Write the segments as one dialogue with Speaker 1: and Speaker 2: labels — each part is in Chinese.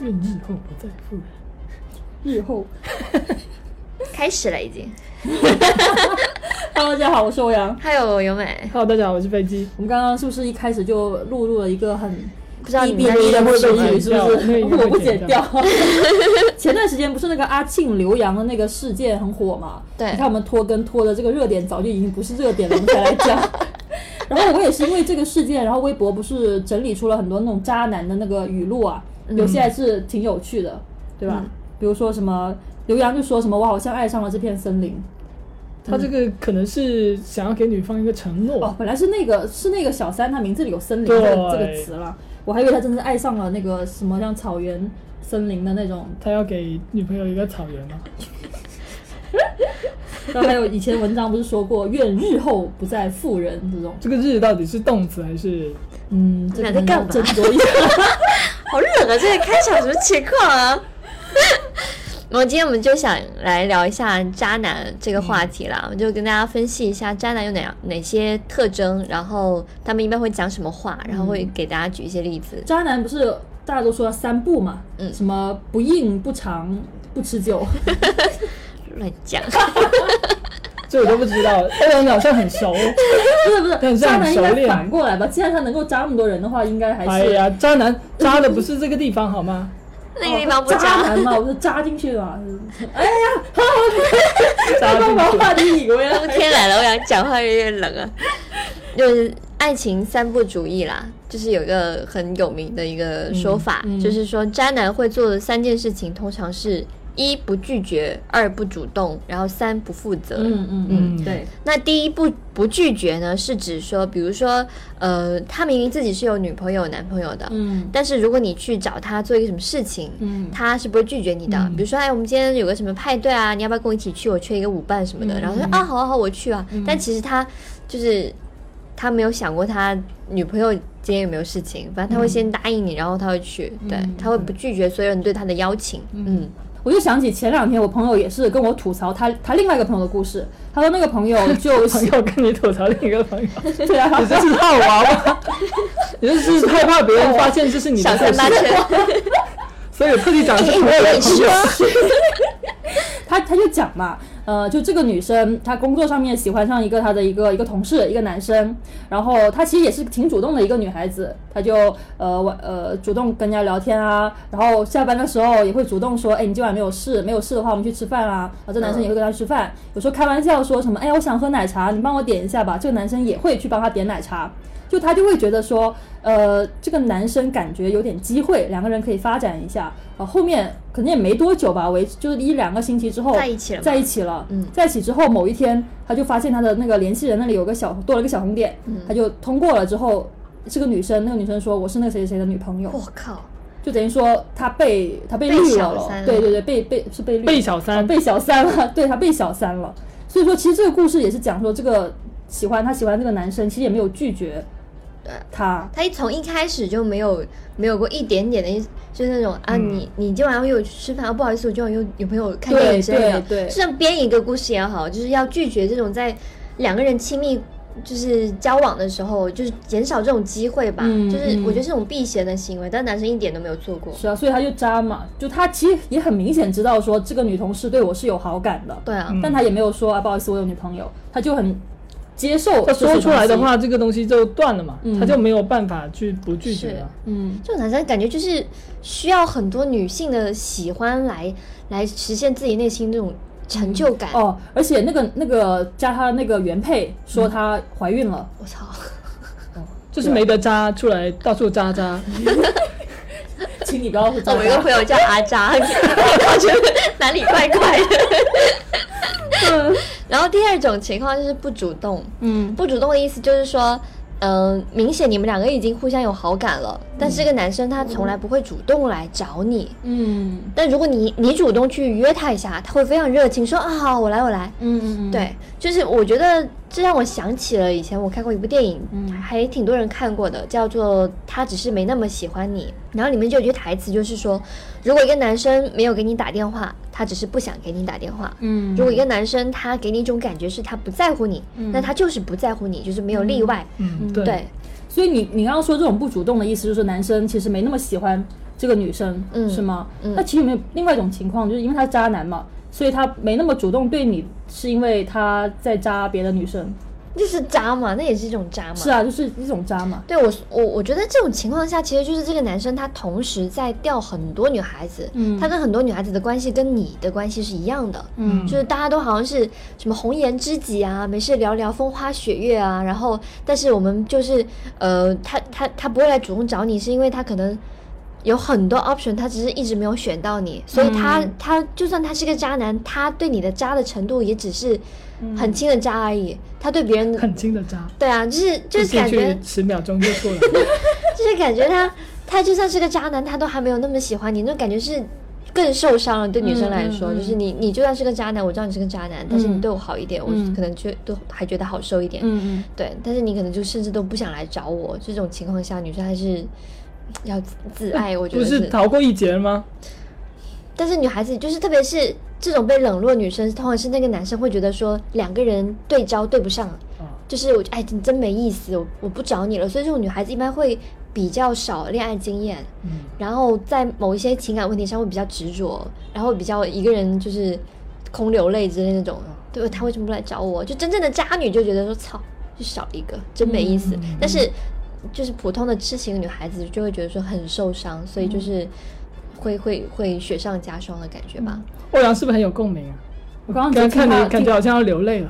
Speaker 1: 愿日后不再复燃。日后，
Speaker 2: 开始了已经。
Speaker 3: Hello，大家好，我是欧阳。
Speaker 2: 还有尤美，
Speaker 1: Hello，大家好，我是飞机。
Speaker 3: 我们刚刚是不是一开始就录入了一个很
Speaker 2: 不知道你
Speaker 3: 逼逼
Speaker 2: 们
Speaker 3: 的一
Speaker 2: 的
Speaker 3: 个
Speaker 2: 意
Speaker 3: 会
Speaker 2: 思
Speaker 3: 被
Speaker 2: 吗
Speaker 3: 语，是不
Speaker 1: 那
Speaker 3: 是？
Speaker 1: 个会
Speaker 3: 我不
Speaker 1: 剪
Speaker 3: 剪掉。 前段时间不是那个阿庆留洋的那个事件很火嘛？
Speaker 2: 对
Speaker 3: 你看我们拖更拖的这个热点早就已经不是热点了，我们才来 讲。然后我也是因为这个事件，然后微博不是整理出了很多那种渣男的那个语录啊，有些还是挺有趣的，对吧？比如说什么刘洋就说什么我好像爱上了这片森林，
Speaker 1: 他这个可能是想要给女方一个承诺，
Speaker 3: 哦，本来是那个是那个小三，他名字里有森林这
Speaker 1: 对
Speaker 3: 个这个词了，我还以为他真的是爱上了那个什么像草原森林的那种。
Speaker 1: 他要给女朋友一个草原嘛。
Speaker 3: 然后还有以前文章不是说过，愿日后不再妇人这种。
Speaker 1: 这个日到底是动词还是？
Speaker 3: 嗯，这个
Speaker 2: 你俩在干
Speaker 3: 要
Speaker 2: 嘛
Speaker 3: 斟酌一下。
Speaker 2: 好冷啊！这个开场什么情况啊？ 我今天我们就想来聊一下渣男这个话题啦，我就跟大家分析一下渣男有哪哪些特征，然后他们一般会讲什么话，然后会给大家举一些例子。
Speaker 3: 渣男不是大家都说三不嘛，
Speaker 2: 嗯
Speaker 3: 什么不硬不长不持久，
Speaker 2: 乱 讲，
Speaker 1: 这我都不知道。欧阳你好像很熟。
Speaker 3: 不是不
Speaker 1: 但
Speaker 3: 是，
Speaker 1: 是很
Speaker 3: 渣男应
Speaker 1: 熟
Speaker 3: 该
Speaker 1: 练
Speaker 3: 反过来吧？既然他能够渣那么多人的话，应该 还
Speaker 1: 哎
Speaker 3: 是、
Speaker 1: 呀，渣男渣的不是这个地方好 吗？
Speaker 2: 那个地方不
Speaker 3: 渣
Speaker 2: 渣，
Speaker 3: 男嘛，我就扎进去了。哎呀，
Speaker 1: 渣 进
Speaker 3: 把
Speaker 1: 去。
Speaker 3: 话题引回来。
Speaker 2: 冬天来了，我想讲话有点冷啊。 就是爱情三不主义啦，就是有一个很有名的一个说法，
Speaker 3: 嗯嗯
Speaker 2: 就是说渣男会做的三件事情，通常是一不拒绝，二不主动，然后三不负责。
Speaker 3: 嗯嗯嗯，对，
Speaker 2: 那第一不不拒绝呢，是指说，比如说，呃，他明明自己是有女朋友、有男朋友的，
Speaker 3: 嗯
Speaker 2: 但是如果你去找他做一个什么事情，
Speaker 3: 嗯
Speaker 2: 他是不会拒绝你的。比如说，哎，我们今天有个什么派对啊，你要不要跟我一起去？我缺一个舞伴什么的。然后他说啊，好啊好啊，我去啊。但其实他就是他没有想过他女朋友今天有没有事情，反正他会先答应你，然后他会去，对他会不拒绝所有人对他的邀请。嗯，
Speaker 3: 我就想起前两天我朋友也是跟我吐槽他他另外一个朋友的故事，他说那 个朋友就
Speaker 1: 朋
Speaker 3: 是
Speaker 1: 友跟你吐槽另一个朋友，
Speaker 3: 对啊，
Speaker 1: 你这是套娃 娃，你这是害怕别人发现这是你
Speaker 2: 小
Speaker 1: 的
Speaker 2: 三
Speaker 1: 故
Speaker 2: 八
Speaker 1: 事，
Speaker 2: 圈。
Speaker 1: 所以我特地讲是朋友 的朋友。
Speaker 3: 他他就讲嘛，呃，就这个女生她工作上面喜欢上一个她的一个一个同事一个男生，然后她其实也是挺主动的一个女孩子，她就呃晚呃主动跟人家聊天啊，然后下班的时候也会主动说，哎，你今晚没有事，没有事的话我们去吃饭啊，然后这
Speaker 1: 嗯
Speaker 3: 男生也会跟她去吃饭，有时候开玩笑说什么，哎，我想喝奶茶，你帮我点一下吧，这个男生也会去帮她点奶茶。就她就会觉得说，呃，这个男生感觉有点机会，两个人可以发展一下。呃，后面可能也没多久吧，为就是一两个星期之后
Speaker 2: 在一起了吗
Speaker 3: 在一起了。
Speaker 2: 嗯
Speaker 3: 在一起之后某一天，他就发现他的那个联系人那里有个小多了个小红点，
Speaker 2: 嗯
Speaker 3: 他就通过了之后，这个女生那个女生说我是那个谁谁谁的女朋友
Speaker 2: 我，靠，
Speaker 3: 就等于说他被他被
Speaker 2: 被
Speaker 3: 绿
Speaker 2: 小
Speaker 3: 了咯
Speaker 2: 三了
Speaker 3: 对对对，被被是被绿
Speaker 1: 被小三
Speaker 3: 哦被小三了，对他被小三了。所以说，其实这个故事也是讲说，这个喜欢他喜欢这个男生，其实也没有拒绝他，
Speaker 2: 他一从一开始就没有没有过一点点的意思，就是那种啊，
Speaker 3: 嗯
Speaker 2: 你你今晚要约我去吃饭，啊，不好意思，我今晚有女朋友看电影之类的，
Speaker 3: 对对对
Speaker 2: 就像编一个故事也好，就是要拒绝这种在两个人亲密。就是交往的时候，就是减少这种机会吧。
Speaker 3: 嗯
Speaker 2: 就是
Speaker 3: 嗯
Speaker 2: 我觉得是种避嫌的行为，但男生一点都没有做过。
Speaker 3: 是啊，所以他就渣嘛，就他其实也很明显知道说这个女同事对我是有好感的，
Speaker 2: 对啊，
Speaker 1: 嗯
Speaker 3: 但他也没有说啊，不好意思，我有女朋友，他就很接受。
Speaker 1: 他说出来的，话，这个东西就断了嘛，
Speaker 3: 嗯
Speaker 1: 他就没有办法去不拒绝了。
Speaker 3: 嗯，
Speaker 2: 这种男生感觉就是需要很多女性的喜欢来来实现自己内心这种成就感。
Speaker 3: 哦，而且那个那个加他那个原配说她怀孕了，
Speaker 2: 我操！
Speaker 1: 就是没得扎出来，到处扎扎。
Speaker 2: 嗯
Speaker 3: 请你不要是渣
Speaker 2: 哦我有一个
Speaker 3: 男。
Speaker 2: 朋友叫阿扎，我觉得哪里怪怪的。然后第二种情况就是不主动，
Speaker 3: 嗯，
Speaker 2: 不主动的意思就是说，嗯、明显你们两个已经互相有好感了，但是这个男生他从来不会主动来找你。
Speaker 3: 嗯
Speaker 2: 但如果你你主动去约他一下，他会非常热情，说啊好，我来我来。
Speaker 3: 嗯嗯，
Speaker 2: 对，就是我觉得这让我想起了以前我看过一部电影，还挺多人看过的，叫做《他只是没那么喜欢你》。然后里面就有一句台词，就是说，如果一个男生没有给你打电话，他只是不想给你打电话。
Speaker 3: 嗯
Speaker 2: 如果一个男生他给你一种感觉是他不在乎你，那他就是不在乎你，就是没有例外。
Speaker 1: 嗯，对，
Speaker 2: 对，
Speaker 3: 所以你你刚刚说这种不主动的意思，就是男生其实没那么喜欢这个女生，
Speaker 2: 嗯
Speaker 3: 是吗？
Speaker 2: 嗯
Speaker 3: 那其实有没有另外一种情况，就是因为他是渣男嘛，所以他没那么主动对你，是因为他在渣别的女生？
Speaker 2: 就是渣嘛，那也是一种渣嘛。
Speaker 3: 是啊，就是一种渣嘛。
Speaker 2: 对我，我我觉得这种情况下，其实就是这个男生他同时在钓很多女孩子，
Speaker 3: 嗯
Speaker 2: 他跟很多女孩子的关系跟你的关系是一样的，
Speaker 3: 嗯
Speaker 2: 就是大家都好像是什么红颜知己啊，没事聊聊风花雪月啊，然后但是我们就是呃，他他他不会来主动找你，是因为他可能。有很多 option，他只是一直没有选到你，所以他、
Speaker 3: 嗯
Speaker 2: 他就算他是个渣男，他对你的渣的程度也只是
Speaker 3: 嗯
Speaker 2: 很轻的渣而已。他对别人，
Speaker 1: 很轻的渣，
Speaker 2: 对啊，就是就是
Speaker 1: 进
Speaker 2: 感觉
Speaker 1: 去十秒钟就过来了，
Speaker 2: 就是感觉他，他就算是个渣男，他都还没有那么喜欢你，那感觉是更受伤了。对女生来说，
Speaker 3: 嗯嗯
Speaker 2: 就是你，你就算是个渣男，我知道你是个渣男，但是你对我好一点，
Speaker 3: 嗯
Speaker 2: 我可能就都还觉得好受一点。
Speaker 3: 嗯嗯。
Speaker 2: 对，但是你可能就甚至都不想来找我。这种情况下，女生还是要自自爱， 我觉
Speaker 1: 不
Speaker 2: 得
Speaker 1: 是
Speaker 2: 是。
Speaker 1: 逃过一劫吗？
Speaker 2: 但是女孩子就是，特别是这种被冷落的女生，通常是那个男生会觉得说两个人对焦对不上，
Speaker 1: 啊，
Speaker 2: 就是我哎，你真没意思，我我不找你了。所以这种女孩子一般会比较少恋爱经验。
Speaker 1: 嗯，
Speaker 2: 然后在某一些情感问题上会比较执着，然后比较一个人就是空流泪之类那种。对，他为什么不来找我？就真正的渣女就觉得说操，就少一个，真没意思。但是就是普通的痴情女孩子就会觉得说很受伤，所以就是会会会雪上加霜的感觉吧。
Speaker 1: 欧阳是不是很有共鸣啊？
Speaker 3: 我
Speaker 2: 嗯
Speaker 3: 刚刚
Speaker 1: 刚刚
Speaker 3: 只听
Speaker 1: 看
Speaker 3: 他
Speaker 1: 你感觉好像要流泪 了，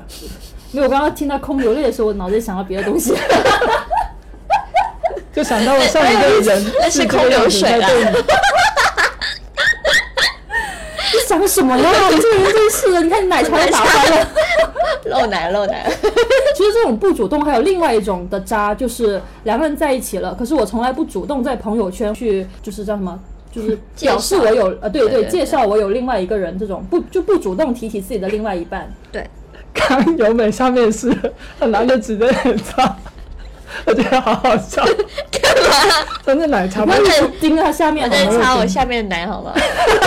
Speaker 3: 没有，我刚刚听到空流泪的时候，我脑子里想到别的东西。
Speaker 1: 就想到上一个人
Speaker 2: 哎是
Speaker 1: 这个
Speaker 2: 空流
Speaker 1: 样子
Speaker 2: 水啊
Speaker 1: 在
Speaker 2: 啦
Speaker 1: 对你
Speaker 3: 你 想什 么呀？你这人真是的，你看你 奶茶都打翻了。
Speaker 2: 嗯漏奶漏奶，
Speaker 3: 其实这种不主动，还有另外一种的渣，就是两个人在一起了，可是我从来不主动在朋友圈去，就是叫什么，就是
Speaker 2: 介绍
Speaker 3: 表示我有呃，对
Speaker 2: 对
Speaker 3: 对，
Speaker 2: 对
Speaker 3: 介绍我有另外一个人，这种不就不主动提起自己的另外一半。
Speaker 2: 对，
Speaker 1: 刚由美上面是，他拿着纸在那擦， 我觉得好好笑。
Speaker 2: 干嘛？
Speaker 1: 但是奶茶吧
Speaker 3: 那，你盯着他下面
Speaker 2: 我
Speaker 3: 好
Speaker 2: 在
Speaker 3: 吗？
Speaker 2: 擦我下面的奶好吗？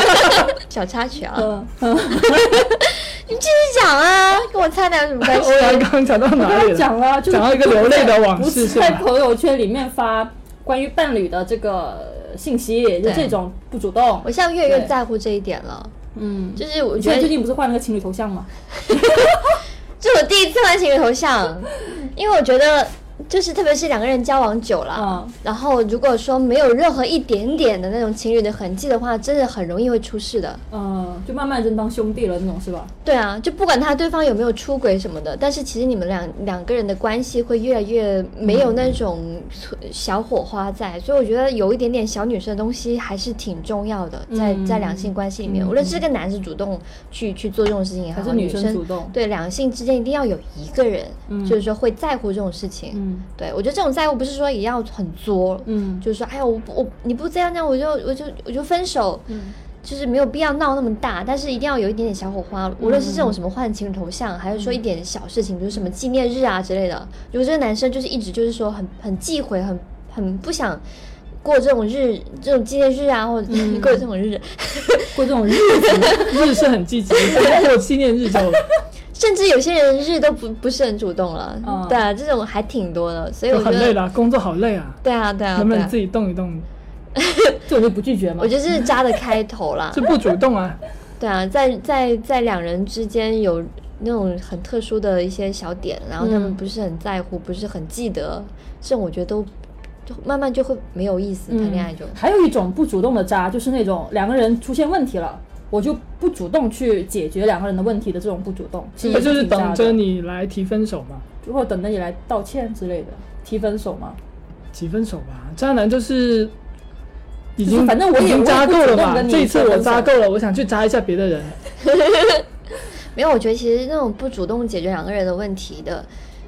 Speaker 2: 小插 曲啊，
Speaker 3: 嗯嗯，
Speaker 2: 你继续 讲啊，跟我擦奶有什么关系 啊
Speaker 1: 欧？阳刚刚讲到
Speaker 3: 我
Speaker 1: 哪
Speaker 3: 刚
Speaker 1: 里
Speaker 3: 刚
Speaker 1: 了？
Speaker 3: 讲了，就是
Speaker 1: 讲到一个流泪的往事
Speaker 3: 不
Speaker 1: 是
Speaker 3: 在
Speaker 1: 吧？
Speaker 3: 朋友圈里面发关于伴侣的这个信息，就
Speaker 2: 对
Speaker 3: 这种不主动
Speaker 2: 我。现在越来越
Speaker 3: 对
Speaker 2: 在乎这一点了，
Speaker 3: 嗯，
Speaker 2: 就是我
Speaker 3: 我
Speaker 2: 觉
Speaker 3: 觉得
Speaker 2: 得
Speaker 3: 最近不是换了个情侣头像吗？
Speaker 2: 这是我第一次换情侣 头像，因为我觉得就是特别是两个人交往久了，
Speaker 3: 嗯
Speaker 2: 然后如果说没有任何一点点的那种情侣的痕迹的话，真的很容易会出事的。
Speaker 3: 嗯，就慢慢真当兄弟了那种是吧？
Speaker 2: 对啊，就不管他对方有没有出轨什么的，但是其实你们两两个人的关系会越来越没有那种小火花在，所以我觉得有一点点小女生的东西还是挺重要的，在、
Speaker 3: 嗯
Speaker 2: 在两性关系里面，无论是这个男是主动去去做这种事情也好，
Speaker 3: 还是女生主动
Speaker 2: 对两性之间一定要有一个人，
Speaker 3: 嗯
Speaker 2: 就是说会在乎这种事情。
Speaker 3: 嗯
Speaker 2: 对我觉得这种在乎不是说也要很作，
Speaker 3: 嗯
Speaker 2: 就是说，哎呀，我不我你不这样这样，我就我就我就分手，
Speaker 3: 嗯
Speaker 2: 就是没有必要闹那么大，但是一定要有一点点小火花，
Speaker 1: 嗯
Speaker 2: 无论是这种什么换情侣头像，还是说一点小事情，比如什么纪念日啊之类的。如果这个男生就是一直就是说很很忌讳，很很不想过这种日这种纪念日啊，或者
Speaker 1: 嗯
Speaker 2: 过这种日，
Speaker 3: 过这种日
Speaker 1: 日是很积极，过纪念日就
Speaker 2: 哎甚至有些人日都不不是很主动了，
Speaker 3: 嗯
Speaker 2: 对啊，这种还挺多的，所以
Speaker 1: 哦就
Speaker 2: 我觉
Speaker 1: 很累
Speaker 2: 得。
Speaker 1: 了，工作好累啊，
Speaker 2: 对啊，对啊，
Speaker 1: 能不
Speaker 2: 对
Speaker 1: 能
Speaker 2: 啊
Speaker 1: 自，己动一动？
Speaker 3: 这我就不拒绝嘛。
Speaker 2: 我觉得这是渣的开头 啦
Speaker 1: 是。不主动 啊？
Speaker 2: 对啊，在在在两人之间有那种很特殊的一些小点，然后他们
Speaker 3: 嗯
Speaker 2: 不是很在乎，不是很记得，这种我觉得都就慢慢就会没有意思，谈恋爱
Speaker 1: 嗯
Speaker 2: 就。
Speaker 3: 嗯还有一种不主动的渣，就是那种两个人出现问题了，我就不主动去解决两个人的问题的这种不主动，其实
Speaker 1: 那
Speaker 3: 也
Speaker 1: 就是
Speaker 3: 挺渣
Speaker 1: 等
Speaker 3: 的
Speaker 1: 着，你来提分手嘛，
Speaker 3: 如果等着你来道歉之类的，提分手嘛。
Speaker 1: 提分手吧。渣男就是已
Speaker 3: 就是
Speaker 1: 经
Speaker 3: 反正我也
Speaker 1: 已经渣够了
Speaker 3: 我也不主动
Speaker 1: 嘛，
Speaker 3: 跟你
Speaker 1: 这一次
Speaker 3: 说
Speaker 1: 我
Speaker 3: 分手
Speaker 1: 渣够了，我想去渣一下别的人。
Speaker 2: 没有，我觉得其实那种不主动解决两个人的问题的，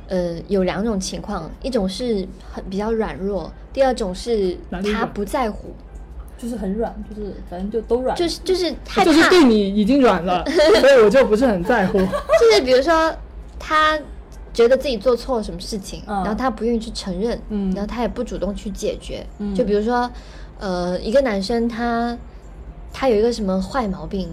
Speaker 2: 呃，有两种情况，一种是很比较软弱，第二种是
Speaker 1: 哪里
Speaker 2: 他
Speaker 1: 软
Speaker 2: 不在乎，
Speaker 3: 就是很软，就是反正就都软，
Speaker 2: 就是就是害怕，
Speaker 1: 就是 对你已经软了，所以我就不是很在乎。
Speaker 2: 就是比如说他觉得自己做错了什么事情，
Speaker 3: 嗯
Speaker 2: 然后他不愿意去承认，
Speaker 3: 嗯
Speaker 2: 然后他也不主动去解决。
Speaker 1: 嗯
Speaker 2: 就比如说，呃，一个男生他他有一个什么坏毛病，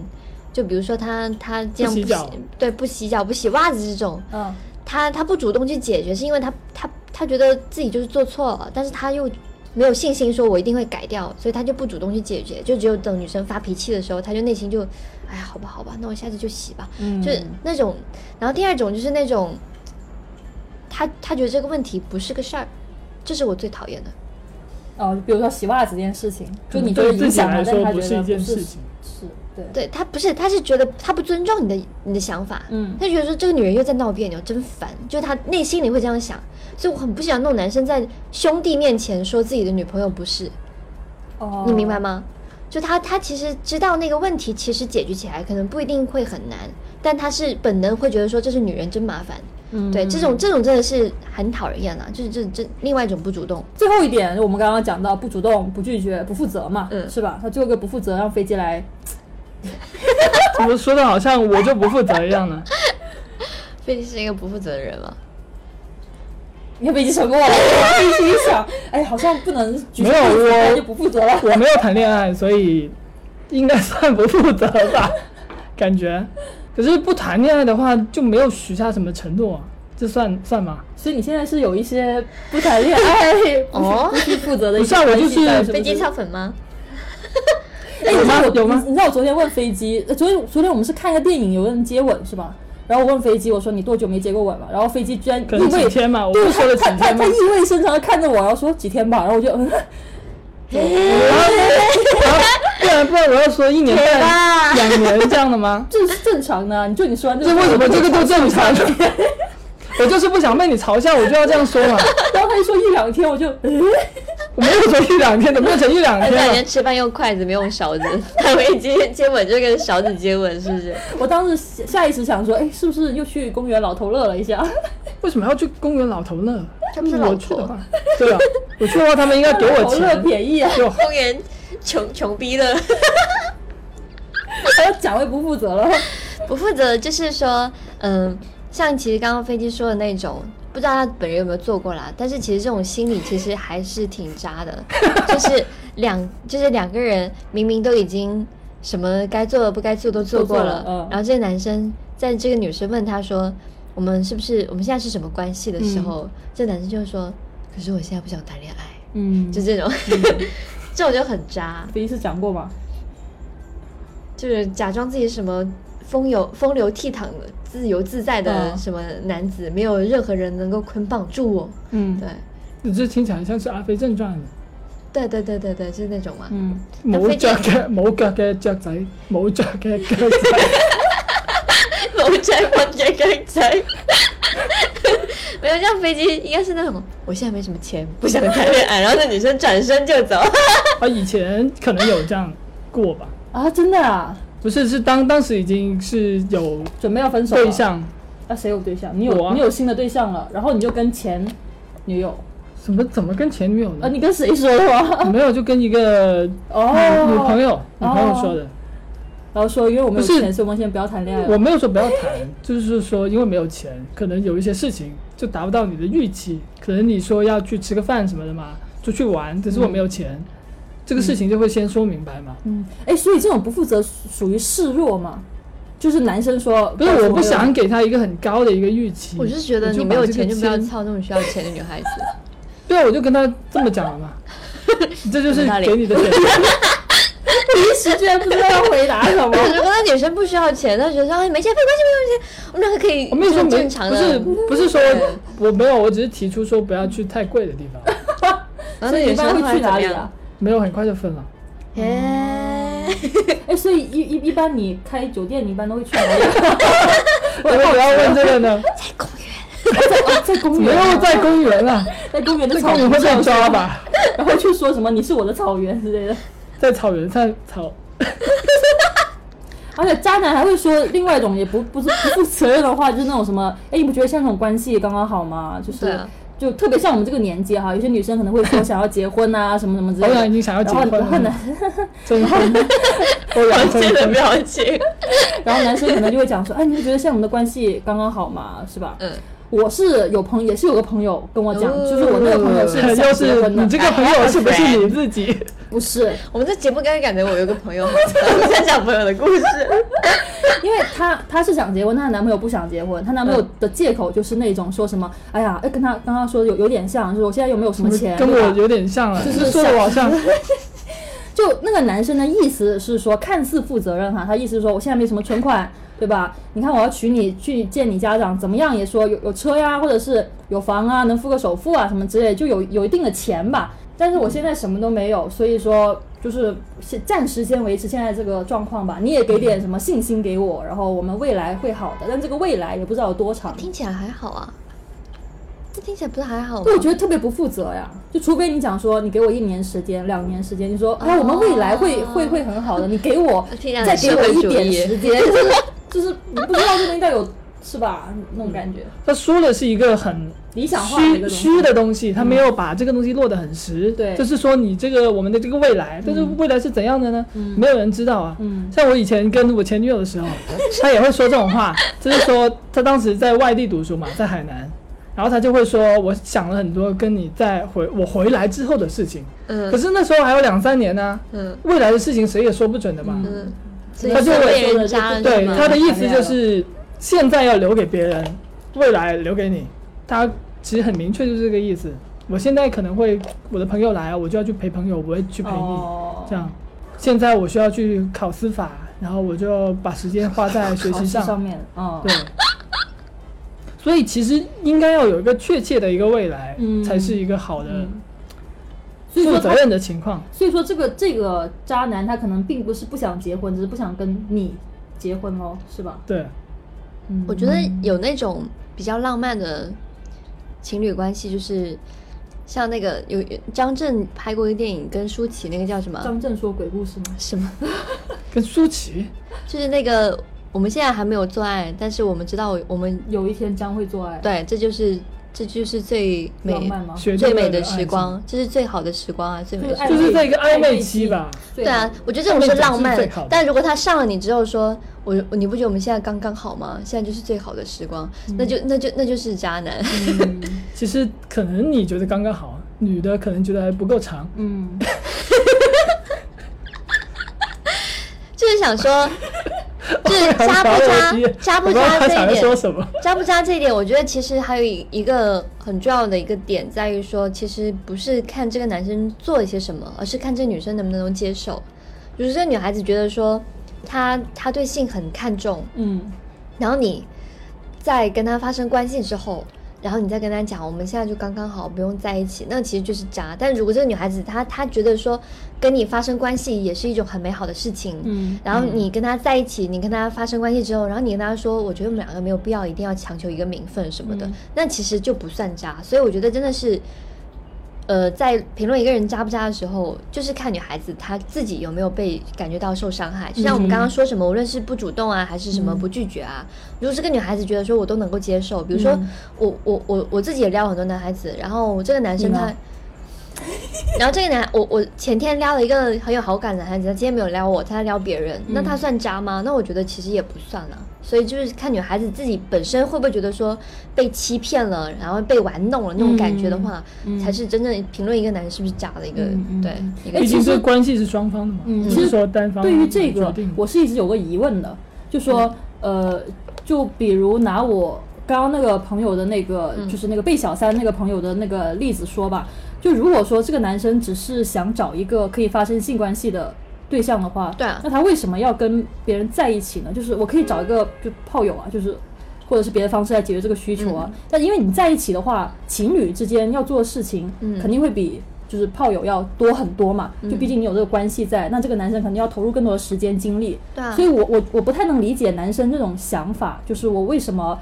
Speaker 2: 就比如说他他这样
Speaker 1: 不洗脚
Speaker 2: 对不洗脚不洗袜子这种，
Speaker 3: 嗯
Speaker 2: 他他不主动去解决，是因为他他他觉得自己就是做错了，但是他又没有信心说我一定会改掉，所以他就不主动去解决，就只有等女生发脾气的时候，他就内心就，哎呀，好吧好吧，那我下次就洗吧，
Speaker 3: 嗯
Speaker 2: 就是那种。然后第二种就是那种，他他觉得这个问题不是个事儿，这是我最讨厌的。
Speaker 3: 哦，比如说洗袜子这件事
Speaker 2: 嗯
Speaker 3: 情，就你觉得
Speaker 1: 对自
Speaker 3: 影
Speaker 1: 己
Speaker 3: 响了，
Speaker 1: 来
Speaker 3: 但
Speaker 1: 说
Speaker 3: 他
Speaker 1: 不
Speaker 3: 觉得
Speaker 1: 一件
Speaker 3: 不
Speaker 1: 事
Speaker 3: 是
Speaker 1: 情，
Speaker 3: 是对
Speaker 2: 对他不是，他是觉得他不尊重你的你的想法，
Speaker 3: 嗯
Speaker 2: 他觉得说这个女人又在闹别扭，真烦，就他内心里会这样想，所以我很不喜欢那种男生在兄弟面前说自己的女朋友不是，
Speaker 3: 哦，
Speaker 2: 你明白？吗？就他他其实知道那个问题，其实解决起来可能不一定会很难，但他是本能会觉得说这是女人真麻烦，
Speaker 3: 嗯
Speaker 2: 对，这种这种真的是很讨人厌啊，就是这这另外一种不主动，
Speaker 3: 最后一点，我们刚刚讲到不主动、不拒绝、不负责嘛，
Speaker 2: 嗯
Speaker 3: 是吧？他最后一个不负责，让飞机来，
Speaker 1: 怎么说的好像我就不负责一样呢？
Speaker 2: 毕竟是一个不负责的人嘛。
Speaker 3: 你看飞机沉默了，飞机一想，哎，好像不能举手
Speaker 1: 没有我
Speaker 3: 不负责那就不负责了。
Speaker 1: 我没有谈恋爱，所以应该算不负责吧， 感觉。可是不谈恋爱的话，就没有许下什么承诺、啊，这算算吗？
Speaker 3: 所以你现在是有一些不谈恋爱、不
Speaker 2: 哦
Speaker 3: 不去负责的一
Speaker 1: 不是
Speaker 3: 些
Speaker 1: 啊
Speaker 3: 关
Speaker 1: 我就
Speaker 3: 系在，
Speaker 1: 是
Speaker 3: 是不
Speaker 2: 飞
Speaker 3: 是
Speaker 2: 机跳粉吗？
Speaker 3: 哎，你
Speaker 1: 有
Speaker 3: 知道
Speaker 1: 吗
Speaker 3: 我
Speaker 1: 有吗
Speaker 3: 你你知道我昨天问飞机，呃昨天昨天我们是看一个电影，有个人接吻是吧？然后我问飞机，我说你多久没接过吻了？然后飞机居然
Speaker 1: 可
Speaker 3: 意
Speaker 1: 能几
Speaker 3: 味，
Speaker 1: 天嘛，我
Speaker 3: 对
Speaker 1: 不是说了几
Speaker 3: 他他
Speaker 1: 天嘛
Speaker 3: 他意。味深长的看着我，然后说几天吧，然后我就嗯，
Speaker 1: 然后然后不然不然我要说一年
Speaker 2: 对
Speaker 1: 半、
Speaker 2: 吧？
Speaker 1: 两年这样的吗？
Speaker 3: 这是正常的啊，你就你说完这
Speaker 1: 这
Speaker 3: 个，
Speaker 1: 为什么这个都正常？我就是不想被你嘲笑，我就要这样说嘛。
Speaker 3: 然后他就说一两天，我就嗯，
Speaker 1: 我没有说一两天，怎么变成一两
Speaker 2: 而且
Speaker 1: 天
Speaker 2: 人家
Speaker 1: 了？
Speaker 2: 吃饭用筷子没用勺子， 他们接接吻就跟勺子接吻，是不 是？
Speaker 3: 我当时下下意识想说，哎，是不是又去公园老头乐了一下？
Speaker 1: 为什么要去公园老头乐？
Speaker 2: 他不是老头
Speaker 1: 我去的话，对啊，我去的话他们应该给
Speaker 3: 老
Speaker 1: 我
Speaker 3: 头乐
Speaker 1: 钱。
Speaker 3: 便宜啊，
Speaker 1: 就
Speaker 2: 公园穷穷逼的，
Speaker 3: 还要讲位不负责 了。
Speaker 2: 不负责就是说，嗯，像其实刚刚飞机说的那种，不知道他本人有没有做过啦，但是其实这种心理其实还是挺渣 的，就是两就是两个人明明都已经什么该做的不该做都做过了，
Speaker 3: 都做了嗯
Speaker 2: 然后这个男生在这个女生问他说。我们是不是我们现在是什么关系的时候，这男生就说：“可是我现在不想谈恋爱。”
Speaker 3: 嗯，
Speaker 2: 就这种， 这种就很渣，
Speaker 3: 飞机是讲过吗？
Speaker 2: 就是假装自己什么风流风流倜傥的、自由自在的
Speaker 3: 嗯
Speaker 2: 什么男子，没有任何人能够捆绑住我。
Speaker 3: 嗯
Speaker 2: 对，
Speaker 1: 你这听起来像是《阿飞正传》的。
Speaker 2: 对对对对对，就是那种嘛。
Speaker 3: 嗯，
Speaker 1: 冇腳嘅冇腳嘅雀仔，冇腳嘅腳 仔，
Speaker 2: 某宅某宅跟宅， 没有像飞机，应该是那种我现在没什么钱，不想谈恋爱，然后那女生转身就走。
Speaker 1: 啊，以前可能有这样过吧？
Speaker 3: 啊，真的啊，
Speaker 1: 不是，是当当时已经是有
Speaker 3: 准备要分手了
Speaker 1: 对象，
Speaker 3: 啊，谁有对象？你有、
Speaker 1: 我啊
Speaker 3: 你有新的对象了，然后你就跟前女友，
Speaker 1: 怎么怎么跟前女友
Speaker 3: 呃，
Speaker 2: 啊
Speaker 1: 呢？
Speaker 3: 你跟谁说的吗？
Speaker 1: 没有，就跟一个
Speaker 3: 哦，
Speaker 1: 嗯女朋，友女朋友说的。
Speaker 3: 然后说因为我们有
Speaker 1: 不是
Speaker 3: 钱，所以我们现在不要谈恋爱
Speaker 1: 我
Speaker 3: 了。
Speaker 1: 没有说不要谈，就是说因为没有钱，可能有一些事情就达不到你的预期，可能你说要去吃个饭什么的嘛，出去玩，只是我没有钱，这个事情就会先说明白嘛。
Speaker 3: 嗯，哎，所以这种不负责属属于示弱嘛，就是男生说
Speaker 1: 不是，我不想，给他一个很高的一个预期。
Speaker 2: 嗯我就是觉得
Speaker 1: 我就
Speaker 2: 你
Speaker 1: 把
Speaker 2: 没有
Speaker 1: 这个
Speaker 2: 钱就不要
Speaker 1: 签
Speaker 2: 操那种需要钱的女孩子。
Speaker 1: 对啊，我就跟他这么讲了嘛，这就是
Speaker 2: 哪里
Speaker 1: 给你的选择。
Speaker 3: 一时居然不知道要回答 什么。
Speaker 2: 如果那女生不需要钱，她觉得说哎没钱没关系没关系，我们两个可以
Speaker 1: 我没有说
Speaker 2: 就
Speaker 1: 没，
Speaker 2: 正常
Speaker 1: 不
Speaker 2: 的。嗯
Speaker 1: 是不是说
Speaker 2: 对
Speaker 1: 我没有，我只是提出说不要去太贵的地方，
Speaker 2: 然后
Speaker 3: 所
Speaker 2: 那
Speaker 3: 以你
Speaker 2: 女
Speaker 3: 一般
Speaker 2: 生后
Speaker 3: 会
Speaker 2: 来
Speaker 3: 去
Speaker 2: 怎
Speaker 3: 哪
Speaker 2: 么
Speaker 3: 里
Speaker 2: 样
Speaker 3: 啊？？
Speaker 1: 没有很快就分了。
Speaker 2: 哎，
Speaker 3: 哎，所以一一一般你开酒店，你一般都会去哪 里啊？
Speaker 1: 为什么要问这个 呢？
Speaker 3: 哦在公
Speaker 1: 没
Speaker 3: 园
Speaker 1: 有
Speaker 3: 啊，
Speaker 1: 在公园 啊，
Speaker 3: 在公园的
Speaker 1: 在
Speaker 3: 草
Speaker 1: 公园
Speaker 3: 原
Speaker 1: 会被
Speaker 3: 上
Speaker 1: 抓吧？
Speaker 3: 然后去说什么你是我的草原之类的。
Speaker 1: 在草原上草，
Speaker 3: 而且渣男还会说另外一种也不不是不负责任的话，就是那种什么，哎，你不觉得像这种关系刚刚好吗？就是、
Speaker 2: 对啊
Speaker 3: 就特别像我们这个年纪哈，有些女生可能会说想要结 婚啊，什么什么之类
Speaker 1: 欧阳
Speaker 3: 的
Speaker 1: 已。经想要结
Speaker 3: 然后
Speaker 1: 婚
Speaker 3: 然后
Speaker 1: 了
Speaker 3: 男，
Speaker 1: 征 婚，欧阳征婚，
Speaker 2: 表情，
Speaker 3: 啊 然后男生可能就会讲说，哎，你不觉得像我们的关系刚刚好吗？是吧？
Speaker 2: 嗯，
Speaker 3: 我是有朋，也是有个朋友跟我讲，就是我那个朋友是
Speaker 1: 又
Speaker 3: 想结
Speaker 1: 是
Speaker 3: 婚的
Speaker 1: 你，这个朋友是不是你自 己？
Speaker 3: 不是，
Speaker 2: 我们这节目刚刚感觉我有个朋友，我想讲朋友的故事。
Speaker 3: 因为她她是想结婚，但她男朋友不想结婚。她男朋友的借口就是那种说什么，哎呀，哎跟她刚刚说的有有点像，就是我现在又没有什么钱，
Speaker 1: 跟
Speaker 3: 对吧
Speaker 1: 我有点像啊，
Speaker 3: 就是
Speaker 1: 说的我好 像，
Speaker 3: 就那个男生的意思是说，看似负责任哈，他意思是说我现在没什么存款，对吧？你看我要娶你去见你家长，怎么样也说有有车呀，或者是有房啊，能付个首付啊什么之类，就有有一定的钱吧。但是我现在什么都没有，所以说就是先暂时先维持现在这个状况吧。你也给点什么信心给我，然后我们未来会好的，但这个未来也不知道有多长。
Speaker 2: 听起来还好啊，这听起来不是还好吗
Speaker 3: 对，？我觉得特别不负责呀。就除非你讲说，你给我一年时间、两年时间，你说哎，我们未来会、会会很好的，你给我
Speaker 2: 哦 听起来
Speaker 3: 再
Speaker 2: 很
Speaker 3: 给
Speaker 2: 社
Speaker 3: 我
Speaker 2: 会
Speaker 3: 一
Speaker 2: 主
Speaker 3: 点
Speaker 2: 义
Speaker 3: 时 间，就是就是你不知道这东西到底有是吧？那种感觉，
Speaker 2: 嗯
Speaker 1: 他说的是一个很
Speaker 3: 理想化的一
Speaker 1: 虚
Speaker 3: 个东西嗯
Speaker 1: 虚的东西，他没有把这个东西落得很实。
Speaker 3: 对
Speaker 1: 就是说你这个我们的这个未来，但是未来是怎样的呢？没有人知道啊。
Speaker 3: 嗯
Speaker 1: 像我以前跟我前女友的时候，她也会说这种话，就是说她当时在外地读书嘛，在海南，然后她就会说，我想了很多跟你在回我回来之后的事情，可
Speaker 2: 嗯
Speaker 1: 是那时候还有两三年呢、
Speaker 2: 嗯
Speaker 1: 未来的事情谁也说不准的嘛。
Speaker 3: 嗯
Speaker 2: 嗯，所以
Speaker 1: 他就
Speaker 2: 说被
Speaker 1: 会
Speaker 2: 人渣了是
Speaker 1: 对
Speaker 2: 吗？
Speaker 1: 他的意思就是，现在要留给别人，未来留给你。他其实很明确就是这个意思。我现在可能会我的朋友来啊，我就要去陪朋友，我会去陪你，
Speaker 3: 哦，
Speaker 1: 这样。现在我需要去考司法，然后我就把时间花在学
Speaker 3: 考
Speaker 1: 习
Speaker 3: 试
Speaker 1: 上。
Speaker 3: 上面，嗯，
Speaker 1: 对。所以其实应该要有一个确切的一个未来，
Speaker 3: 嗯
Speaker 1: 才是一个好的
Speaker 3: 所以
Speaker 1: 负
Speaker 3: 说
Speaker 1: 责
Speaker 3: 他，
Speaker 1: 任的情况。
Speaker 3: 所以说这个这个渣男他可能并不是不想结婚，只是不想跟你结婚喽，是吧？
Speaker 1: 对，
Speaker 3: 嗯，
Speaker 2: 我觉得有那种比较浪漫的情侣关系，就是像那个有张震拍过一个电影，跟舒淇那个叫什么
Speaker 3: 张震说鬼故事吗？
Speaker 2: 什 么，
Speaker 1: 跟舒淇，
Speaker 2: 就是那个我们现在还没有做爱，但是我们知道我我们
Speaker 3: 有一天将会做爱，
Speaker 2: 对，这就是这就是最
Speaker 3: 浪
Speaker 2: 美
Speaker 3: 漫吗？
Speaker 1: 学弟
Speaker 2: 最
Speaker 1: 妹
Speaker 2: 美
Speaker 1: 的
Speaker 2: 的
Speaker 1: 爱
Speaker 2: 时
Speaker 1: 情
Speaker 2: 光，这是最好的时光啊，最美的时
Speaker 3: 爱
Speaker 2: 光。
Speaker 1: 就是
Speaker 3: 情
Speaker 1: 在一个暧昧期
Speaker 3: 期
Speaker 1: 吧。
Speaker 3: 对
Speaker 2: 对啊，我觉得这种
Speaker 1: 上面
Speaker 2: 是
Speaker 1: 讲
Speaker 2: 浪
Speaker 1: 是
Speaker 2: 漫
Speaker 1: 最好的。
Speaker 2: 但如果他上了你之后说，我你不觉得我们现在刚刚好吗？现在就是最好的时光，
Speaker 1: 嗯
Speaker 2: 那就那就那就是渣男。
Speaker 3: 嗯
Speaker 1: 其实可能你觉得刚刚好，女的可能觉得还不够长，
Speaker 3: 嗯，
Speaker 2: 就是 想说，就是渣不渣，渣不
Speaker 1: 我知道
Speaker 2: 渣
Speaker 1: 他
Speaker 2: 这
Speaker 1: 想
Speaker 2: 一
Speaker 1: 要说
Speaker 2: 点，
Speaker 1: 什么？
Speaker 2: 渣不渣这一点，我觉得其实还有一一个很重要的一个点在于说，其实不是看这个男生做一些什么，而是看这女生能不能接受。就是这女孩子觉得说，她她对性很看重，
Speaker 3: 嗯，
Speaker 2: 然后你在跟他发生关系之后，然后你再跟他讲，我们现在就刚刚好，不用在一起，那其实就是渣。但如果这个女孩子她她觉得说跟你发生关系也是一种很美好的事情，
Speaker 3: 嗯
Speaker 2: 然后你跟他在一起，你跟他发生关系之后，然后你跟他说，我觉得我们两个没有必要一定要强求一个名分什么的，
Speaker 3: 嗯
Speaker 2: 那其实就不算渣。所以我觉得真的是。呃，在评论一个人渣不渣的时候，就是看女孩子她自己有没有被感觉到受伤
Speaker 3: 嗯
Speaker 2: 害。就像我们刚刚说什么，无论是不主动啊，还是什么不拒绝啊，如果这个女孩子觉得说我都能够接受，比如说
Speaker 3: 嗯
Speaker 2: 我、我我我自己也撩很多男孩子，然后这个男生
Speaker 3: 你
Speaker 2: 他
Speaker 3: 吗，
Speaker 2: 然后这个男我我前天撩了一个很有好感的男孩子，他今天没有撩我，他撩别人，那
Speaker 3: 嗯
Speaker 2: 他算渣吗？那我觉得其实也不算啊。所以就是看女孩子自己本身会不会觉得说被欺骗了，然后被玩弄了那种感觉的话，
Speaker 3: 嗯嗯
Speaker 2: 才是真正评论一个男人是不是渣的一个、
Speaker 3: 嗯嗯
Speaker 2: 对
Speaker 3: 嗯
Speaker 2: 一个
Speaker 3: 哎
Speaker 1: 毕
Speaker 3: 其
Speaker 1: 竟
Speaker 3: 实
Speaker 1: 这关系是双方的嘛，
Speaker 3: 嗯
Speaker 1: 不
Speaker 3: 其
Speaker 1: 是
Speaker 3: 实
Speaker 1: 说单方。
Speaker 3: 对于这个
Speaker 1: 决定，
Speaker 3: 我是一直有个疑问的，就说呃，就比如拿我刚刚那个朋友的那个，就是那个被小三那个朋友的那个例子说吧，就如果说这个男生只是想找一个可以发生性关系的。对象的话，
Speaker 2: 对啊
Speaker 3: 那他为什么要跟别人在一起呢？就是我可以找一个就炮友啊，就是或者是别的方式来解决这个需求啊。但因为你在一起的话，情侣之间要做的事情，
Speaker 2: 嗯
Speaker 3: 肯定会比就是炮友要多很多嘛。就毕竟你有这个关系在，那这个男生肯定要投入更多的时间精力。
Speaker 2: 对啊
Speaker 3: 所以我我我不太能理解男生这种想法，就是我为什么。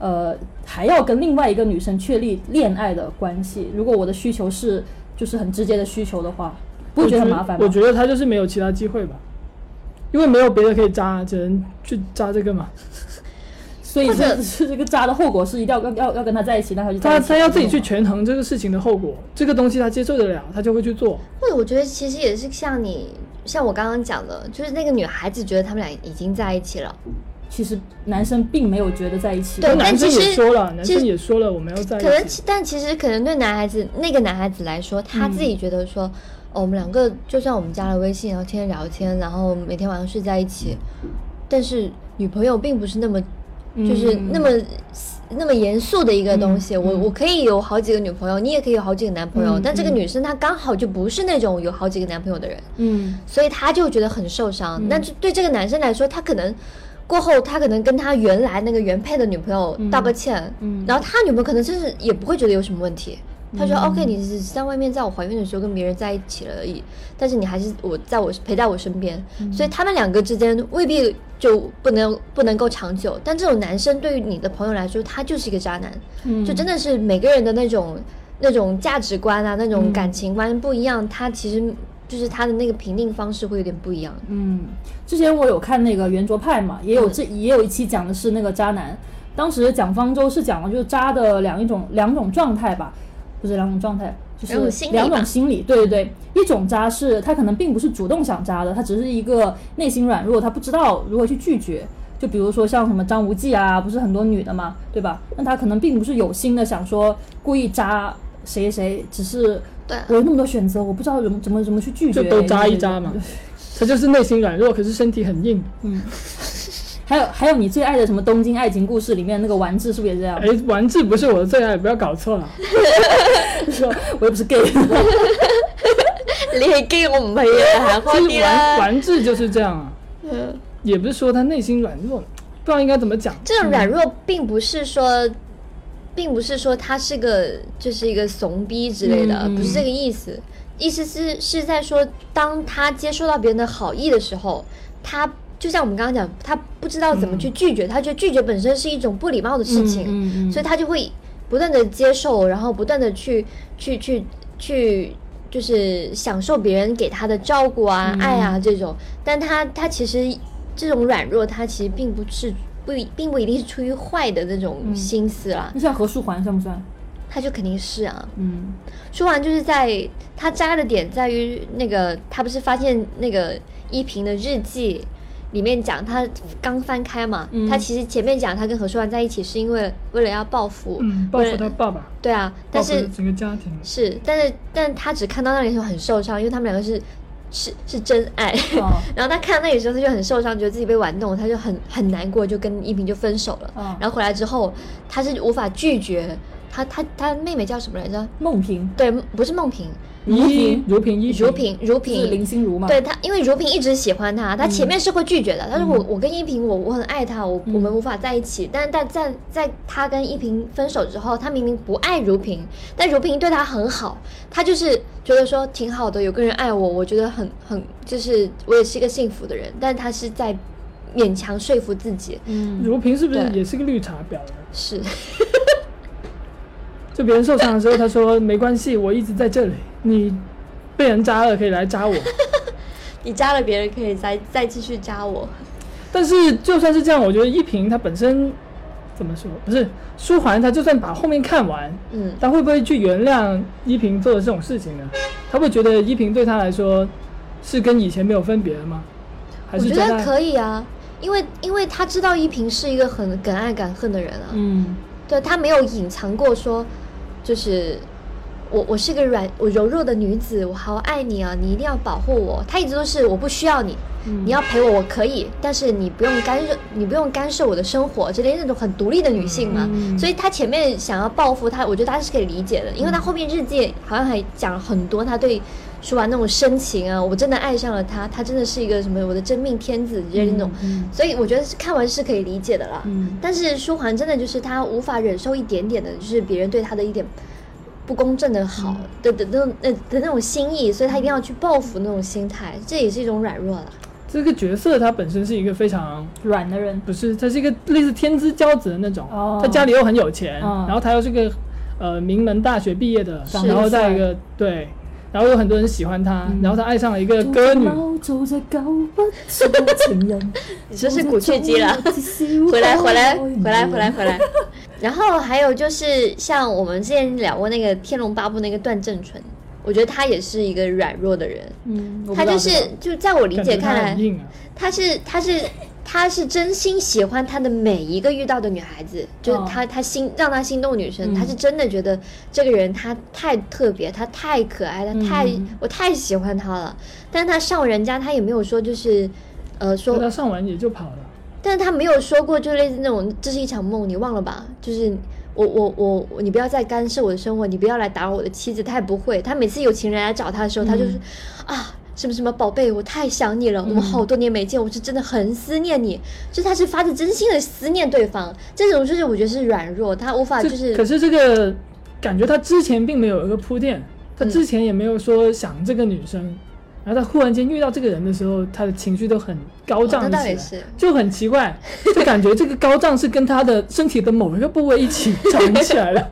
Speaker 3: 呃，还要跟另外一个女生确立恋爱的关系。如果我的需求是就是很直接的需求的话，不会觉得很麻烦吗？
Speaker 1: 我觉得他就是没有其他机会吧，因为没有别的可以扎，只能去扎这个嘛。
Speaker 3: 所以
Speaker 2: 或者
Speaker 3: 这是 这个渣的后果是一定要跟要要跟他在一起，那他就在
Speaker 1: 他
Speaker 3: 一起
Speaker 1: 他要自己去权衡这个事情的后果，这个东西他接受得了，他就会去做。
Speaker 2: 或者我觉得其实也是像你，像我刚刚讲的，就是那个女孩子觉得他们俩已经在一起了，
Speaker 3: 其实男生并没有觉得在一起。
Speaker 2: 对
Speaker 1: 男生
Speaker 2: 但其
Speaker 1: 也
Speaker 2: 实
Speaker 1: 说了，男
Speaker 2: 其
Speaker 1: 生
Speaker 2: 实
Speaker 1: 也说了，我们要在
Speaker 2: 可能
Speaker 1: 一起。
Speaker 2: 其，但其实可能对男孩子那个男孩子来说，他自
Speaker 3: 嗯
Speaker 2: 己觉得说，哦，我们两个就算我们加了微信，然后天天聊天，然后每天晚上睡在一起，但是女朋友并不是那么，就是
Speaker 3: 嗯
Speaker 2: 那么、那么严肃的一个东西。
Speaker 3: 嗯
Speaker 2: 我
Speaker 3: 嗯
Speaker 2: 我可以有好几个女朋友，你也可以有好几个男朋友，
Speaker 3: 嗯
Speaker 2: 但这个
Speaker 3: 嗯
Speaker 2: 女生她刚好就不是那种有好几个男朋友的人，
Speaker 3: 嗯
Speaker 2: 所以他就觉得很受伤。那就对这个男生来说，他可能过后他可能跟他原来那个原配的女朋友道个歉，
Speaker 3: 嗯
Speaker 2: 然后他女朋友可能甚至也不会觉得有什么问题。他说、o k 你只是在外面，在我怀孕的时候跟别人在一起了而已，但是你还是我在我陪在我身边，
Speaker 3: 嗯
Speaker 2: 所以他们两个之间未必就不能不能够长久。但这种男生对于你的朋友来说，他就是一个渣男，
Speaker 3: 嗯，
Speaker 2: 就真的是每个人的那种那种价值观啊，那种感情观不一样，他其实就是他的那个评定方式会有点不一样。
Speaker 3: 嗯，之前我有看那个《圆桌派》嘛，也有这
Speaker 2: 嗯
Speaker 3: 也有一期讲的是那个渣男，当时蒋方舟是讲了就是渣的两一种两种状态吧，不是两种状态，就
Speaker 2: 两
Speaker 3: 是
Speaker 2: 种心理
Speaker 3: 两
Speaker 2: 吧
Speaker 3: 种心理，对对对，一种渣是他可能并不是主动想渣的，他只是一个内心软弱，他不知道如何去拒绝。就比如说像什么张无忌啊，不是很多女的嘛，对吧？那他可能并不是有心的想说故意渣谁谁，只是
Speaker 2: 对
Speaker 3: 我有那么多选择，我不知道怎么怎么怎么去拒绝，
Speaker 1: 就都扎一扎嘛他就是内心软弱，可是身体很硬。
Speaker 3: 还有还有你最爱的什么《东京爱情故事》里面那个丸子是不是也这样
Speaker 1: 哎？，玩质不是我的最爱，不要搞错了。
Speaker 3: 说我又不是 gay，
Speaker 2: 你係基， 我唔係啊，行開
Speaker 1: 其
Speaker 2: 啲
Speaker 1: 实 玩
Speaker 2: 啦。
Speaker 1: 玩质就是这样啊，
Speaker 2: 嗯
Speaker 1: 也不是说他内心软弱，不知道应该怎么讲。
Speaker 3: 嗯
Speaker 2: 这种软弱并不是说，并不是说他是个就是一个怂逼之类的，
Speaker 3: 嗯
Speaker 2: 不是这个意思。意思是是在说，当他接受到别人的好意的时候，他就像我们刚刚讲，他不知道怎么去拒绝，他觉得拒绝本身是一种不礼貌的事情。
Speaker 3: 嗯
Speaker 2: 所以
Speaker 3: 以
Speaker 2: 他就会不断的接受，然后不断的去去去去，就是享受别人给他的照顾啊、
Speaker 3: 嗯
Speaker 2: 爱啊这种。但他他其实这种软弱，他其实并不是不一并不一定是出于坏的那种心思啦，
Speaker 3: 那像何书桓算不算？
Speaker 2: 他就肯定是啊。
Speaker 3: 嗯
Speaker 2: 说完就是在他渣的点在于那个他不是发现那个依萍的日记。里面讲他刚翻开嘛，
Speaker 3: 嗯
Speaker 2: 他其实前面讲他跟何书桓在一起是因为为了要报复，
Speaker 1: 嗯，包
Speaker 2: 为
Speaker 1: 括
Speaker 2: 了
Speaker 1: 他爸爸，
Speaker 2: 对啊，但
Speaker 1: 包
Speaker 2: 是
Speaker 1: 括整个家庭。
Speaker 2: 是，但是但他只看到那里的时候很受伤，因为他们两个是是是真爱。
Speaker 3: 哦
Speaker 2: 然后他看到那里的时候，他就很受伤，觉得自己被玩弄，他就很很难过，就跟依萍就分手了。
Speaker 3: 哦，
Speaker 2: 然后回来之后，他是无法拒绝他他他妹妹叫什么来着？
Speaker 3: 孟平
Speaker 2: 对，不是梦萍，
Speaker 3: 如
Speaker 1: 依
Speaker 3: 萍
Speaker 1: 如萍依萍
Speaker 2: 如萍如
Speaker 3: 就是林
Speaker 2: 萍。
Speaker 3: 心如嘛？
Speaker 2: 对他，因为如萍一直喜欢他，他
Speaker 1: 嗯
Speaker 2: 前面是会拒绝的。他说我我跟依萍，我我很爱他，我我们无法在一起。但但在在他跟依萍分手之后，他明明不爱如萍，但如萍对他很好，他就是觉得说挺好的，有个人爱我，我觉得很很就是我也是一个幸福的人。但他是在勉强说服自己，
Speaker 3: 嗯，
Speaker 1: 如萍是不是
Speaker 2: 对
Speaker 1: 也是个绿茶婊呢？
Speaker 2: 是
Speaker 1: 就别人受伤的时候，他说没关系，我一直在这里，你被人扎了可以来扎我。
Speaker 2: 你扎了别人可以再再继续扎我。
Speaker 1: 但是就算是这样，我觉得依萍她本身怎么说？不是舒桓，他就算把后面看完，
Speaker 2: 嗯，
Speaker 1: 他会不会去原谅依萍做的这种事情呢？他会觉得依萍对他来说是跟以前没有分别的吗？还
Speaker 2: 我
Speaker 1: 是
Speaker 2: 觉
Speaker 1: 真
Speaker 2: 得
Speaker 1: 爱？
Speaker 2: 可以啊，因为因为他知道依萍是一个很敢爱敢恨的人啊。
Speaker 3: 嗯
Speaker 2: 对她没有隐藏过说，就是我我是个软我柔弱的女子，我好爱你啊，你一定要保护我。她一直都是我不需要你，
Speaker 3: 嗯
Speaker 2: 你要陪我我可以，但是你不用干涉，你不用干涉我的生活之类那种很独立的女性嘛。
Speaker 3: 嗯
Speaker 2: 所以她前面想要报复她，我觉得她是可以理解的，因为她后面日记好像还讲了很多她对。舒完那种深情啊，我真的爱上了他，他真的是一个什么我的真命天子之类的那种，
Speaker 3: 嗯
Speaker 2: 所以我觉得是看完是可以理解的啦。
Speaker 3: 嗯
Speaker 2: 但是舒桓真的就是他无法忍受一点点的，就是别人对他的一点不公正的好的的那种呃的那种心意，所以他一定要去报复那种心态，这也是一种软弱了。
Speaker 1: 这个角色他本身是一个非常
Speaker 3: 软的人，
Speaker 1: 不是，他是一个类似天之骄子的那种。
Speaker 3: 哦
Speaker 1: 他家里又很有钱，
Speaker 3: 嗯
Speaker 1: 然后他又是个呃名门大学毕业的，
Speaker 3: 长得
Speaker 1: 然后
Speaker 3: 又
Speaker 1: 在一
Speaker 3: 帅
Speaker 1: 个对，然后有很多人喜欢他，
Speaker 3: 嗯
Speaker 1: 然后他爱上了一个歌女。
Speaker 3: 走着狗不是情人，
Speaker 2: 你说是古巨基了？ 回来，回来，回来，回来，回来。 然后还有就是像我们之前聊过那个《天龙八部》那个段正淳，我觉得他也是一个软弱的人，
Speaker 3: 嗯，
Speaker 2: 他就是就在我理
Speaker 1: 感
Speaker 2: 解看
Speaker 1: 觉他
Speaker 2: 来
Speaker 1: 很，硬啊，
Speaker 2: 他是他是他是真心喜欢他的每一个遇到的女孩子，就是
Speaker 3: 哦
Speaker 2: 他他心让他心动的女
Speaker 3: 嗯
Speaker 2: 生，他是真的觉得这个人他太特别，他太可爱，他太、
Speaker 3: 嗯
Speaker 2: 我太喜欢他了。但他上人家，他也没有说就是，呃，说
Speaker 1: 就他上完也就跑了。
Speaker 2: 但是他没有说过，就类似那种，这是一场梦，你忘了吧？就是我我我我，你不要再干涉我的生活，你不要来打扰我的妻子。他也不会，他每次有情人来找他的时候，
Speaker 1: 嗯
Speaker 2: 他就是啊，什么什么宝贝，我太想你了，我们好多年没见，我是真的很思念你。就是他是发自真心的思念对方，这种就是我觉得是软弱，他无法
Speaker 1: 这
Speaker 2: 啊就是
Speaker 1: 可是这个感觉他之前并没有一个铺
Speaker 2: 嗯
Speaker 1: 垫，他之前也没有说想这个女生，然后他忽然间遇到这个人的时候，他的情绪都很高涨
Speaker 2: 哦
Speaker 1: 起
Speaker 2: 那
Speaker 1: 来，
Speaker 2: 倒也是
Speaker 1: 就很奇怪，就感觉这个高涨是跟他的身体的某一个部位一起长起来 了。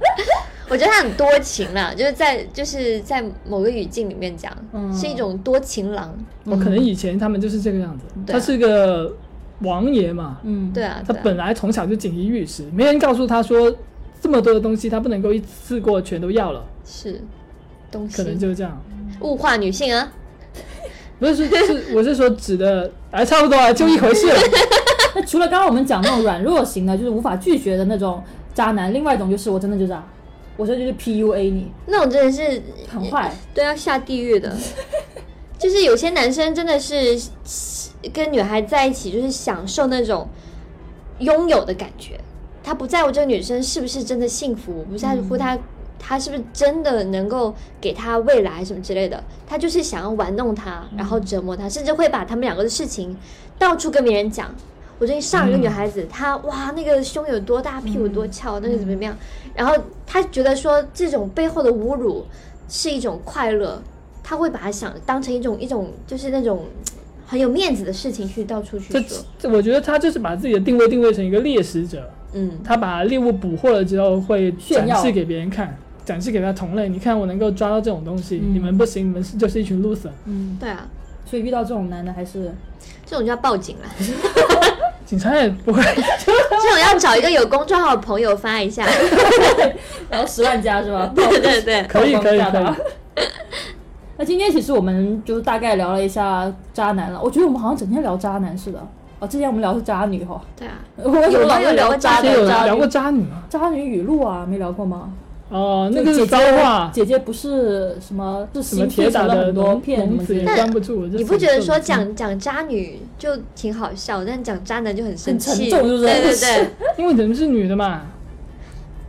Speaker 2: 我觉得他很多情啦，就是在就是在某个语境里面讲，
Speaker 3: 嗯
Speaker 2: 是一种多情郎。
Speaker 1: 我哦可能以前他们就是这个样子，
Speaker 2: 嗯对啊
Speaker 1: 他是个王爷嘛，
Speaker 3: 嗯，
Speaker 2: 对，啊，
Speaker 1: 他
Speaker 2: 对啊
Speaker 1: 本来从小就锦衣玉食，没人告诉他说这么多的东西他不能够一次过全都要了，
Speaker 2: 是东西
Speaker 1: 可能就是这样。
Speaker 2: 物化女性啊。
Speaker 1: 不是是是， 我是说指的，哎，差不多啊，就一回事。
Speaker 2: 嗯
Speaker 3: 那除了刚刚我们讲那种软弱型的，就是无法拒绝的那种渣男，另外一种就是我真的就渣，我真的就是 PUA 你，
Speaker 2: 那种真的是
Speaker 3: 很坏。
Speaker 2: 都要下地狱的。就是有些男生真的是跟女孩在一起，就是享受那种拥有的感觉，他不在乎这个女生是不是真的幸福，不在乎她、她是不是真的能够给她未来什么之类的，他就是想要玩弄她，然后折磨她，甚至会把他们两个的事情到处跟别人讲。我最近上一个女孩子，她哇那个胸有多大，屁股多翘，那个怎么怎么样，然后她觉得说这种背后的侮辱是一种快乐，她会把它想当成一种一种就是那种嘖很有面子的事情去到处去
Speaker 1: 这
Speaker 2: 说，
Speaker 1: 这，我觉得他就是把自己的定位定位成一个猎食者，
Speaker 2: 嗯，
Speaker 1: 他把猎物捕获了之后会
Speaker 3: 炫
Speaker 1: 展
Speaker 3: 耀
Speaker 1: 示给别人看，展示给他同类。你看我能够抓到这种东西，
Speaker 3: 嗯
Speaker 1: 你们不行，你们是就是一群 loser。
Speaker 3: 嗯，
Speaker 2: 对啊，
Speaker 3: 所以遇到这种男的还是
Speaker 2: 这种就要报警了，
Speaker 1: 警察也不会，
Speaker 2: 这种要找一个有公众号的朋友发一 下，
Speaker 3: 然后十万加是 吧？
Speaker 2: 对对对，
Speaker 1: 可以
Speaker 3: 曝
Speaker 1: 可
Speaker 3: 光一
Speaker 1: 以
Speaker 3: 下
Speaker 1: 可以
Speaker 3: 吧。 那今天其实我们就是大概聊了一下渣男了，我觉得我们好像整天聊渣男似的。哦，之前我们聊的是渣女哈，
Speaker 2: 对啊，
Speaker 3: 我为什么老是聊渣
Speaker 1: 之前有
Speaker 3: 男？渣
Speaker 1: 聊过
Speaker 3: 女
Speaker 1: 渣女吗？
Speaker 3: 渣女语录啊，没聊过吗？
Speaker 1: 哦，那
Speaker 3: 就
Speaker 1: 个是
Speaker 3: 姐
Speaker 1: 骚
Speaker 3: 姐
Speaker 1: 话，
Speaker 3: 姐姐不是什么，是
Speaker 1: 什么
Speaker 3: 心
Speaker 1: 铁
Speaker 3: 碎
Speaker 1: 打
Speaker 3: 成了
Speaker 1: 的
Speaker 3: 很多
Speaker 1: 聋
Speaker 3: 片什
Speaker 1: 聋
Speaker 3: 么之
Speaker 1: 子
Speaker 3: 类
Speaker 1: 也
Speaker 3: 的。
Speaker 1: 关不住。这
Speaker 2: 你不觉得说
Speaker 1: 很重
Speaker 2: 讲讲渣女就挺好笑，但讲渣男就很生
Speaker 3: 很沉
Speaker 2: 气，
Speaker 3: 重是不是
Speaker 2: 对对 对。
Speaker 1: 因为你们是女的 嘛？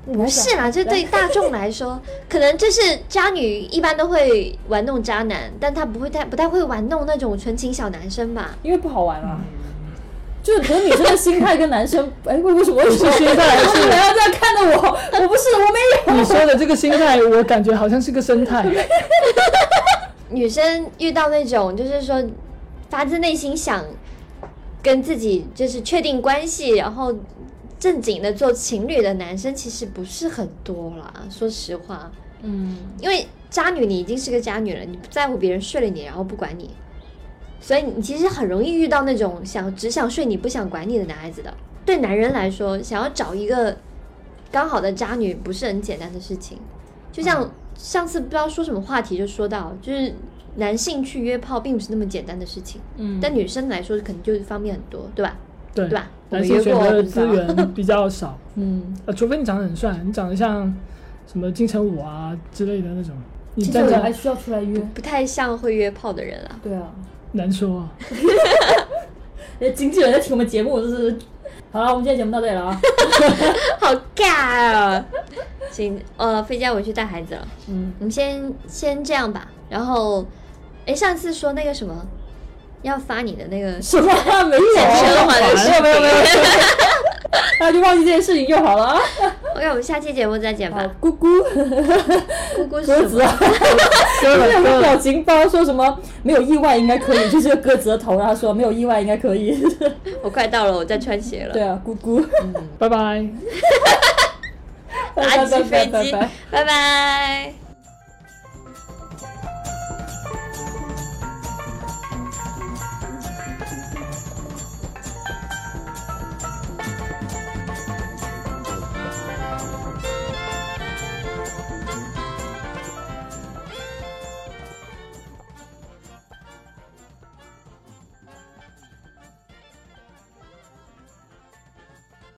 Speaker 2: 不是啦，这对大众来说， 可能就是渣女一般都会玩弄渣男，但她不会太不太会玩弄那种纯情小男生吧？
Speaker 3: 因为不好玩啊。就是可能女生的心态跟男生，哎，为为什么我
Speaker 1: 是 心态还是
Speaker 3: 你们要这样看着我？我不是，我没有。
Speaker 1: 你说的这个心态，我感觉好像是个生 态。
Speaker 2: 女生遇到那种就是说发自内心想跟自己就是确定关系，然后正经的做情侣的男生其实不是很多啦，说实话，
Speaker 3: 嗯，
Speaker 2: 因为渣女你已经是个渣女了，你不在乎别人睡了你，然后不管你。所以你其实很容易遇到那种想只想睡你不想管你的男孩子的。对男人来说，想要找一个刚好的渣女不是很简单的事情。就像上次不知道说什么话题就说到，就是男性去约炮并不是那么简单的事情，
Speaker 3: 嗯
Speaker 2: 但女生来说可能就是方面很多，对吧？
Speaker 1: 对
Speaker 2: 对吧我
Speaker 1: 男
Speaker 2: 们
Speaker 1: 性
Speaker 2: 约
Speaker 1: 选
Speaker 2: 过
Speaker 1: 择
Speaker 2: 我
Speaker 1: 的资
Speaker 2: 们知道
Speaker 1: 源比较少，
Speaker 3: 嗯，
Speaker 1: 呃，除非你长得很帅，你长得像什么金城武啊之类的那种，你
Speaker 3: 这
Speaker 1: 站
Speaker 3: 种人
Speaker 1: 着
Speaker 3: 还需要出来约？
Speaker 2: 不太像会约炮的人啊。
Speaker 3: 对啊，
Speaker 1: 难说 啊。
Speaker 3: 那哎经纪人在听我们节目，就是好了，我们今天节目到这里了啊。
Speaker 2: 好尬啊！ 行，呃，飞佳，我去带孩子了。
Speaker 3: 嗯，
Speaker 2: 我们先先这样吧。然后，哎，上次说那个什么，要发你的那个，
Speaker 3: 什么话没有？啊
Speaker 2: 奢华的视
Speaker 1: 哎
Speaker 2: 频
Speaker 3: 没有没有没有， 大家就忘记这件事情就好了啊。
Speaker 2: 我看我们下期节目再见
Speaker 3: 好
Speaker 2: 吧。，
Speaker 3: 姑 姑，
Speaker 2: 姑姑
Speaker 3: 鸽
Speaker 2: 是什
Speaker 3: 子
Speaker 2: 么？
Speaker 3: 啊，就是有个表情包说什么没有意外应该可以，就是鸽子的头，然后说没有意外应该可以。
Speaker 2: 我快到了，我在穿鞋了
Speaker 3: 对。啊，姑姑，
Speaker 1: 拜拜。
Speaker 2: 打起飞
Speaker 3: 拜
Speaker 2: 机
Speaker 3: 拜。，
Speaker 2: 拜拜。